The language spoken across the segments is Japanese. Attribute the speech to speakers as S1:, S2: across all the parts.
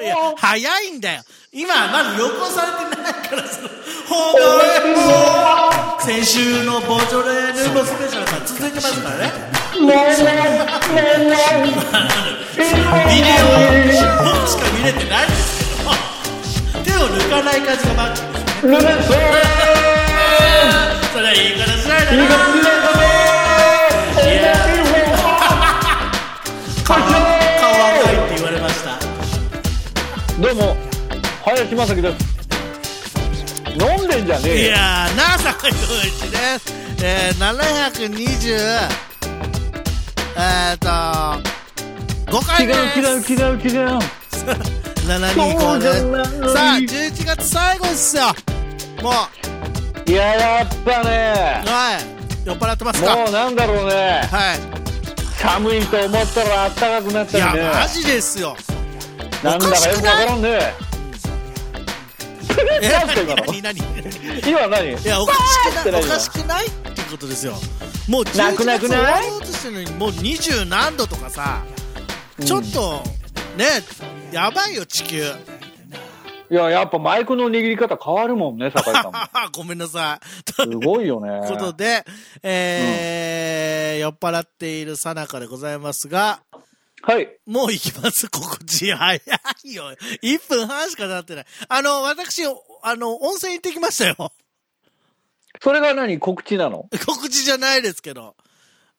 S1: よ。早いんだよ。今、まず横されてないから、その、方が先週のボージョレ・ヌーボースペシャルが続いてますからね。ビデオ、僕しか見れてないんですけども、手を抜かない感じがマッチですね。それはいい方しないだな。 顔赤いって言われました。
S2: どうも林正樹です飲んでんじゃね
S1: い
S2: えよ
S1: やー、NASA 陽一です。えー、720、えーっと、5回
S2: 違
S1: 目
S2: う違う
S1: です。
S2: 違う違う
S1: 725
S2: そうじゃ
S1: で
S2: な
S1: す。
S2: い
S1: さあ、11月最後ですよ。もう、
S2: いややったね
S1: はい。酔っ払ってますか
S2: もうなんだろうね
S1: はい。
S2: 寒いと思ったら暖かくなっ
S1: い
S2: た
S1: や、
S2: りね
S1: マジですよ。
S2: なんだかよくわからんね
S1: え、
S2: なんて今の
S1: 何何い
S2: 今何
S1: や、おかし
S2: っ
S1: く
S2: て
S1: な、
S2: ないい
S1: お
S2: よ
S1: かしくないってことですよ。もう11
S2: なくな
S1: 月
S2: く
S1: 終わ
S2: ない
S1: ろうとしてるのに、もう20何度とかさ、ちょっと、ね、やばいよ、地球。
S2: いややっぱマイクの握り方変わるもんね酒井さんも
S1: ごめんなさい。と
S2: す
S1: いう
S2: ごいよね
S1: ことで、えー酔っ払っているさなかでございますが、
S2: はい
S1: もう行きます。 心地早いよ。1分半しか経ってない。あの、私、あの、温泉行ってきましたよ。
S2: それが何告知なの
S1: 告知じゃないですけど、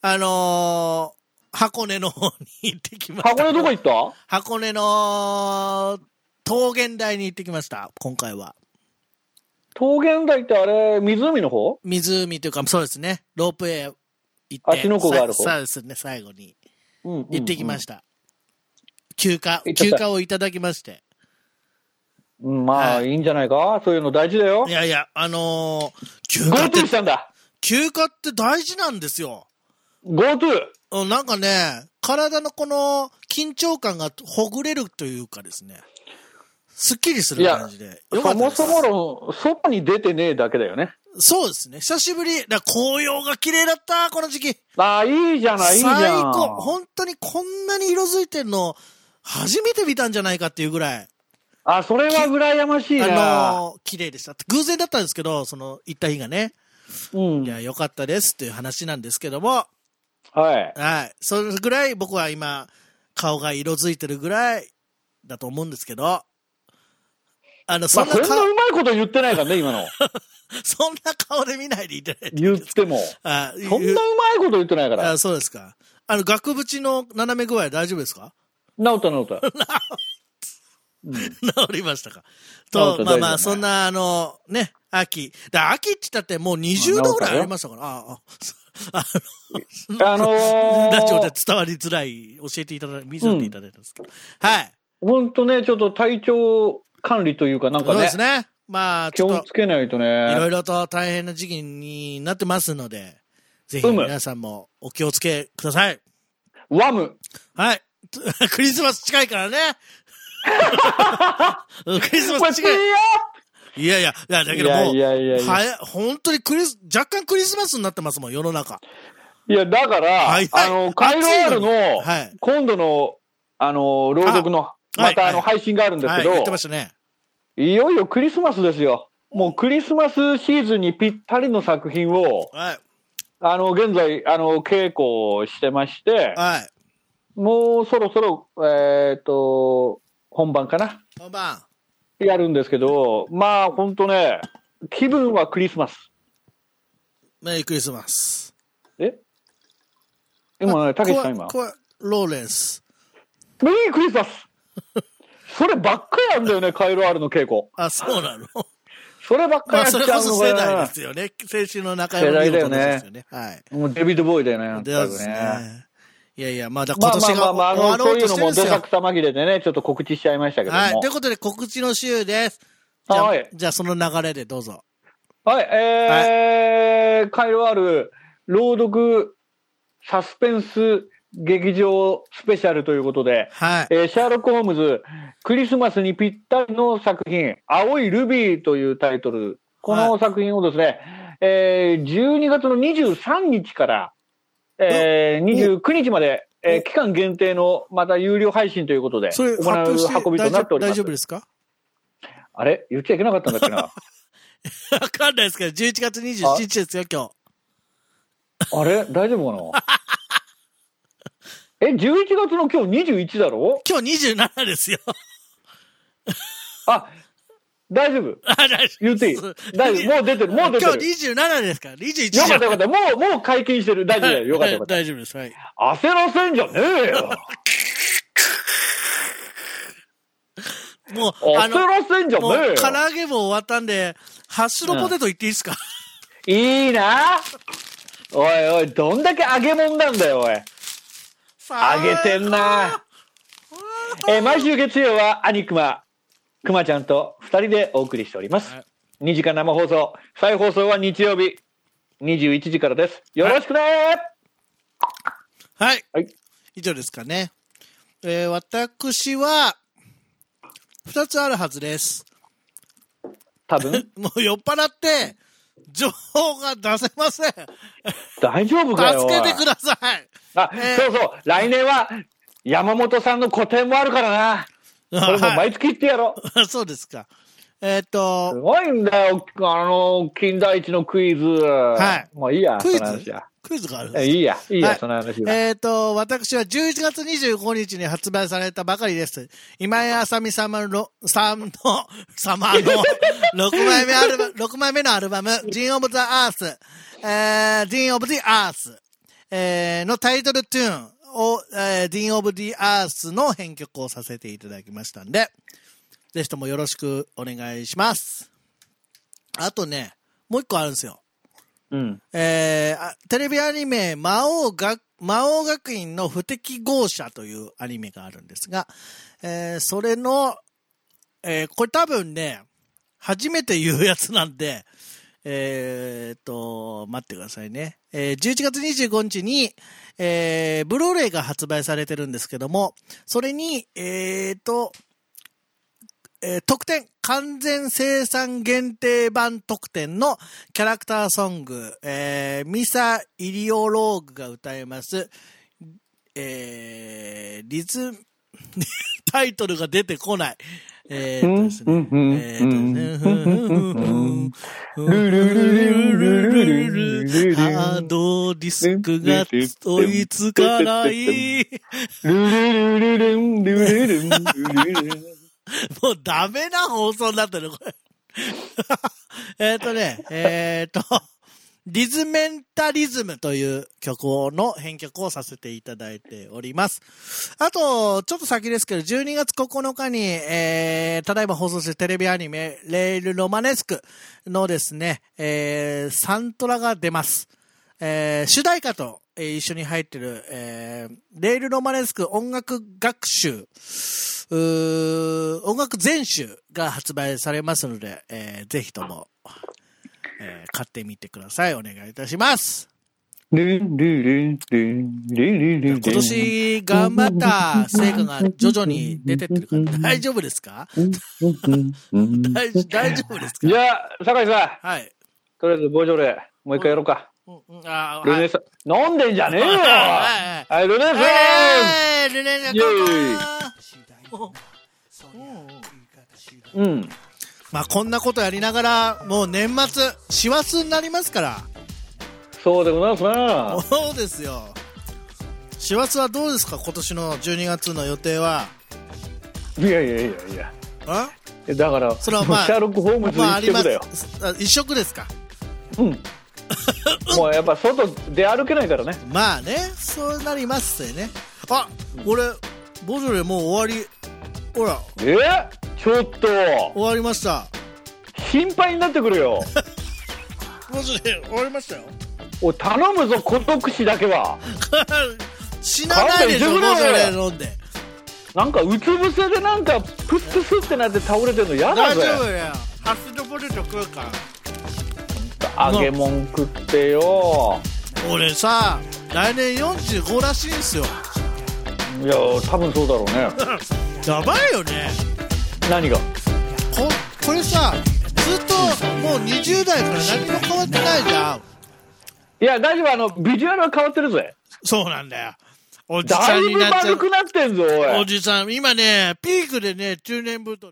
S1: あのー箱根の方に行ってきました。
S2: 箱根ど こ行った
S1: 箱根の桃源台に行ってきました。今回は。
S2: 桃源台ってあれ湖の方
S1: 湖というか、そうですね。ロープウェイ行って。
S2: 芦ノ湖がある方
S1: さそうですね、最後に。
S2: 行、
S1: 行ってきましたた。休暇、
S2: 行っちゃっ
S1: 休
S2: た
S1: 暇をいただきまして。
S2: うんうんまあ、
S1: はい
S2: い、いんじゃないかそういうの大事だよ
S1: いやいや、あのー休暇って
S2: GoTo、したんだ
S1: 休暇って大事なんですよ。
S2: GoTo
S1: うんなんかね、体のこの緊張感がほぐれるというかですね、すっきりする感じで。よか
S2: そ
S1: ったで
S2: も
S1: す
S2: そもの外に出てねえだけだよね
S1: そうですね、久しぶり。だから紅葉が綺麗だった、この時期。
S2: ああいいじゃないいいじゃん
S1: 最高。本当にこんなに色づいてるの、初めて見たんじゃないかっていうぐらい、
S2: あそれは羨ましい
S1: あ
S2: な、
S1: のー綺麗でした。偶然だったんですけど、その、行った日がね。
S2: うん
S1: いや、良かったですっていう話なんですけども、
S2: はい
S1: はい。それぐらい僕は今、顔が色づいてるぐらいだと思うんですけど、あの、
S2: ま
S1: そ
S2: あ
S1: んな
S2: そん
S1: 顔、
S2: なうまいこと言ってないからね今の
S1: そんな顔で見ないでいただいて。
S2: 言っても
S1: あ、
S2: そんなうま
S1: い
S2: いこと言ってないから
S1: あそうですか。あの、額縁の斜め具合大丈夫ですか
S2: 直った直った
S1: 治りましたか。
S2: 直
S1: と、
S2: った
S1: まあま
S2: 大丈夫
S1: あ、
S2: ね
S1: そんな、あの、ね、秋。だ秋って言ったってもう20度ぐらいありましたから、あ あ、あ
S2: あの
S1: あ、ラジオで
S2: ー、
S1: 伝わりづらい、教えていただい見せていただいたんですけど。はい。
S2: ほんとねちょっと体調管理というかなんか
S1: そう
S2: ね
S1: ですね。まあ、ち
S2: 気
S1: ょっ
S2: を
S1: と
S2: つ、けないと
S1: いろ
S2: ね
S1: いろと大変な時期になってますので、ぜひ
S2: うむ
S1: 皆さんもお気をつけください。
S2: ワム
S1: はい。 クリスマス近いからね。 クリス
S2: こ
S1: マ
S2: れ
S1: ス
S2: ピー
S1: 近い。いやいや、いや、だけどもう、
S2: いやいやいやいや
S1: はや本当にクリス、若干クリスマスになってますもん、世の中。
S2: いや、だから、
S1: はいはい
S2: あの、カイロアールの、
S1: はい
S2: 今度の、あの、朗読の、
S1: い
S2: またあの、
S1: は
S2: 配信があるんです
S1: は
S2: け
S1: い、
S2: ど、
S1: 言ってましたね。
S2: いよいよクリスマスですよ。もうクリスマスシーズンにぴったりの作品を、
S1: はい。
S2: あの、現在、あの、稽古をしてまして、
S1: はい。
S2: もうそろそろ、えっ、と、本番かな。
S1: 本番。
S2: やるんですけど、まあ、ほんとね、気分はクリスマス。
S1: メリークリスマス。
S2: え今ね、たけしさん今。
S1: こわこわローレンス。
S2: メリークリスマスそればっかりなんだよね、カイロアールの稽古。
S1: あ、そう なの
S2: そればっか
S1: まあ、
S2: りやっち
S1: それ
S2: ゃ
S1: こ
S2: うの
S1: そ
S2: か
S1: 世
S2: な
S1: 代ですよね。先週の中山美穂と同じですよね。はい。
S2: もうデビッド・ボーイだよね、なん
S1: で
S2: とな
S1: で
S2: く
S1: す
S2: ね。
S1: ね。いやいや、まだ
S2: ま
S1: 今
S2: あ
S1: 年
S2: まあま
S1: が
S2: あまあ、あ
S1: 終わろ
S2: の、そ
S1: う
S2: ういう
S1: とし
S2: の
S1: てるん
S2: も
S1: です
S2: ど
S1: よ
S2: さ。くさまぎれでね、ちょっと告知しちゃいましたけども。
S1: はい。ということで告知の週です。じゃあ、
S2: はい
S1: じゃあその流れでどうぞ。
S2: はい、えーカイロアール、朗読、サスペンス、劇場スペシャルということで、
S1: はい。
S2: えーシャーロック・ホームズ、クリスマスにぴったりの作品、青いルビーというタイトル、こ
S1: は
S2: の
S1: い
S2: 作品をですね、えー12月の23日から、えー29日まで、えー期間限定のまた有料配信ということで、
S1: そ
S2: 行
S1: れ
S2: う
S1: 発表して
S2: 運びと
S1: 大
S2: な
S1: 丈
S2: ってお
S1: 夫
S2: り
S1: 大丈
S2: ます
S1: 夫。ですか
S2: あれ言っちゃいけなかったんだっけな。
S1: わかんないですけど、11月27日ですよ、今日。
S2: あれ大丈夫かな え、11月の今日21だろ
S1: 今日27ですよ。
S2: あ、大丈夫。
S1: あ大丈夫
S2: 言っていい
S1: です
S2: 大丈夫。もう出てる。もう出て
S1: 今
S2: る。
S1: 日27ですから、21
S2: よかったよ
S1: は
S2: かった。もう、もう解禁してる。大丈夫だよ。
S1: い
S2: よかったよかった。
S1: 大丈夫です。はい。
S2: 焦らせんじゃねえよ。
S1: もう、あ
S2: 焦
S1: の、
S2: らせんじゃね
S1: もう、唐
S2: えよ。
S1: 揚げも終わったんで、ハッシュドポテトいっていいですか、
S2: いいなおいおい、どんだけ揚げもんなんだよ、おい。揚げてんなえー毎週月曜はアニクマ、クマちゃんと2人でお送りしております
S1: はい。
S2: 2時間生放送、再放送は日曜日21時からです。よろしくね
S1: はい。
S2: はい
S1: 以上ですかね。えー、私は、二つあるはずです。
S2: 多分
S1: もう酔っ払って、情報が出せません。助
S2: 大丈夫かよ。
S1: け
S2: お
S1: て
S2: い
S1: ください。
S2: あ、
S1: えー
S2: そうそう、来年は山本さんの個展もあるからな。これも
S1: はい
S2: 毎月言ってやろう。
S1: そうですか。えーっ
S2: す
S1: と、
S2: ごいんだよ、あの、金田一のクイズ。はいもういいや、
S1: クイ
S2: その話
S1: ズ
S2: は
S1: クイズがあるん
S2: え
S1: です
S2: いいや、いいや、
S1: はい
S2: その話は。
S1: えーっと、私は11月25日に発売されたばかりです。今井あさみ様の、さんの、様の、6枚目アルバ、6枚目 のアルバム、Gene of the Earth、えー、Gene of the Earth、えーのタイトルトゥーンを、えー、Gene of the Earth の編曲をさせていただきましたんで、ぜひともよろしくお願いします。あとね、もう一個あるんですよ。
S2: うん。
S1: えーあテレビアニメ魔王が魔王学院の不適合者というアニメがあるんですが、えーそれの、えーこれ多分ね、初めて言うやつなんで、えーっと、待ってくださいね。えー11月25日に、えーブルーレイが発売されてるんですけども、それに、えーっと、えー特典、完全生産限定版特典のキャラクターソング、えーミサ・イリオローグが歌えます、えーリズム、 タイトルが出てこない。えーっとですね
S2: うんうんうん
S1: えーっとですね
S2: ルルルルルルルルルル
S1: ハードディスクが追いつかない。
S2: ルルルルルン、ルルルン、ルルルン。
S1: もうダメな放送になってる、これ。えっとね、えっと、リズメンタリズムという曲の編曲をさせていただいております。あと、ちょっと先ですけど、12月9日に、えー、ただいま放送してるテレビアニメ、レールロマネスクのですね、えー、サントラが出ます。えー主題歌と、えー一緒に入ってる、えーレールロマネスク音楽学習、うー音楽全集が発売されますので、えーぜひとも、えー買ってみてください。お願いいたします。
S2: ルンルルンルンルンルンルン
S1: 今年頑張った成果が徐々に出てってるから、大丈夫ですか大大丈夫ですか
S2: じゃあ酒井さん
S1: はい。
S2: とりあえずボジョレーもう一回やろうか
S1: うんうんあー
S2: ル
S1: は
S2: ネ
S1: い
S2: サ飲んでんじゃねえよ
S1: はいはい
S2: はいルネサ
S1: はいルネさん
S2: イェイうん
S1: まあこんなことやりながら、もう年末、師走になりますから。
S2: そうでございますな
S1: そうですよ。師走はどうですか今年の12月の予定は。
S2: いやいやいやいや
S1: ん
S2: だから
S1: それはまあ
S2: シャーロック・ホームズ
S1: まああ
S2: 一
S1: りま
S2: 色
S1: す
S2: だよ、。
S1: あ一色ですか。
S2: うんもうやっぱ外出歩けないからね
S1: まあね、そうなりますよね。あ、俺、ボジョレもう終わり。ほら、
S2: えちょっと
S1: 終わりました。
S2: 心配になってく るよ
S1: ボジョレ終わりましたよ。
S2: おい頼むぞ孤独死だけは
S1: 死なないでしょ、ボ
S2: 勘
S1: ジ
S2: 弁してくれよ
S1: ョレ飲んで。
S2: なんかうつ伏せでなんかプッツスってなって倒れてるの嫌だ
S1: 大
S2: ぜ
S1: 丈夫だよ。ハッシュドポテト食うから。
S2: 揚げもん食ってよ
S1: 俺さ、来年45らしいんすよ。
S2: いや多分そうだろうね
S1: やばいよね。
S2: 何が
S1: ここれさずっともう20代から何も変わってないじゃん
S2: いや大丈夫あのビジュアルは変わってるぜ
S1: そうなんだよおじ
S2: だ
S1: さん
S2: い
S1: に
S2: ぶ
S1: なっちゃ
S2: 丸
S1: う。
S2: くなってんぞ、おい。
S1: おじさん、今ね、ピークでね、中年太り。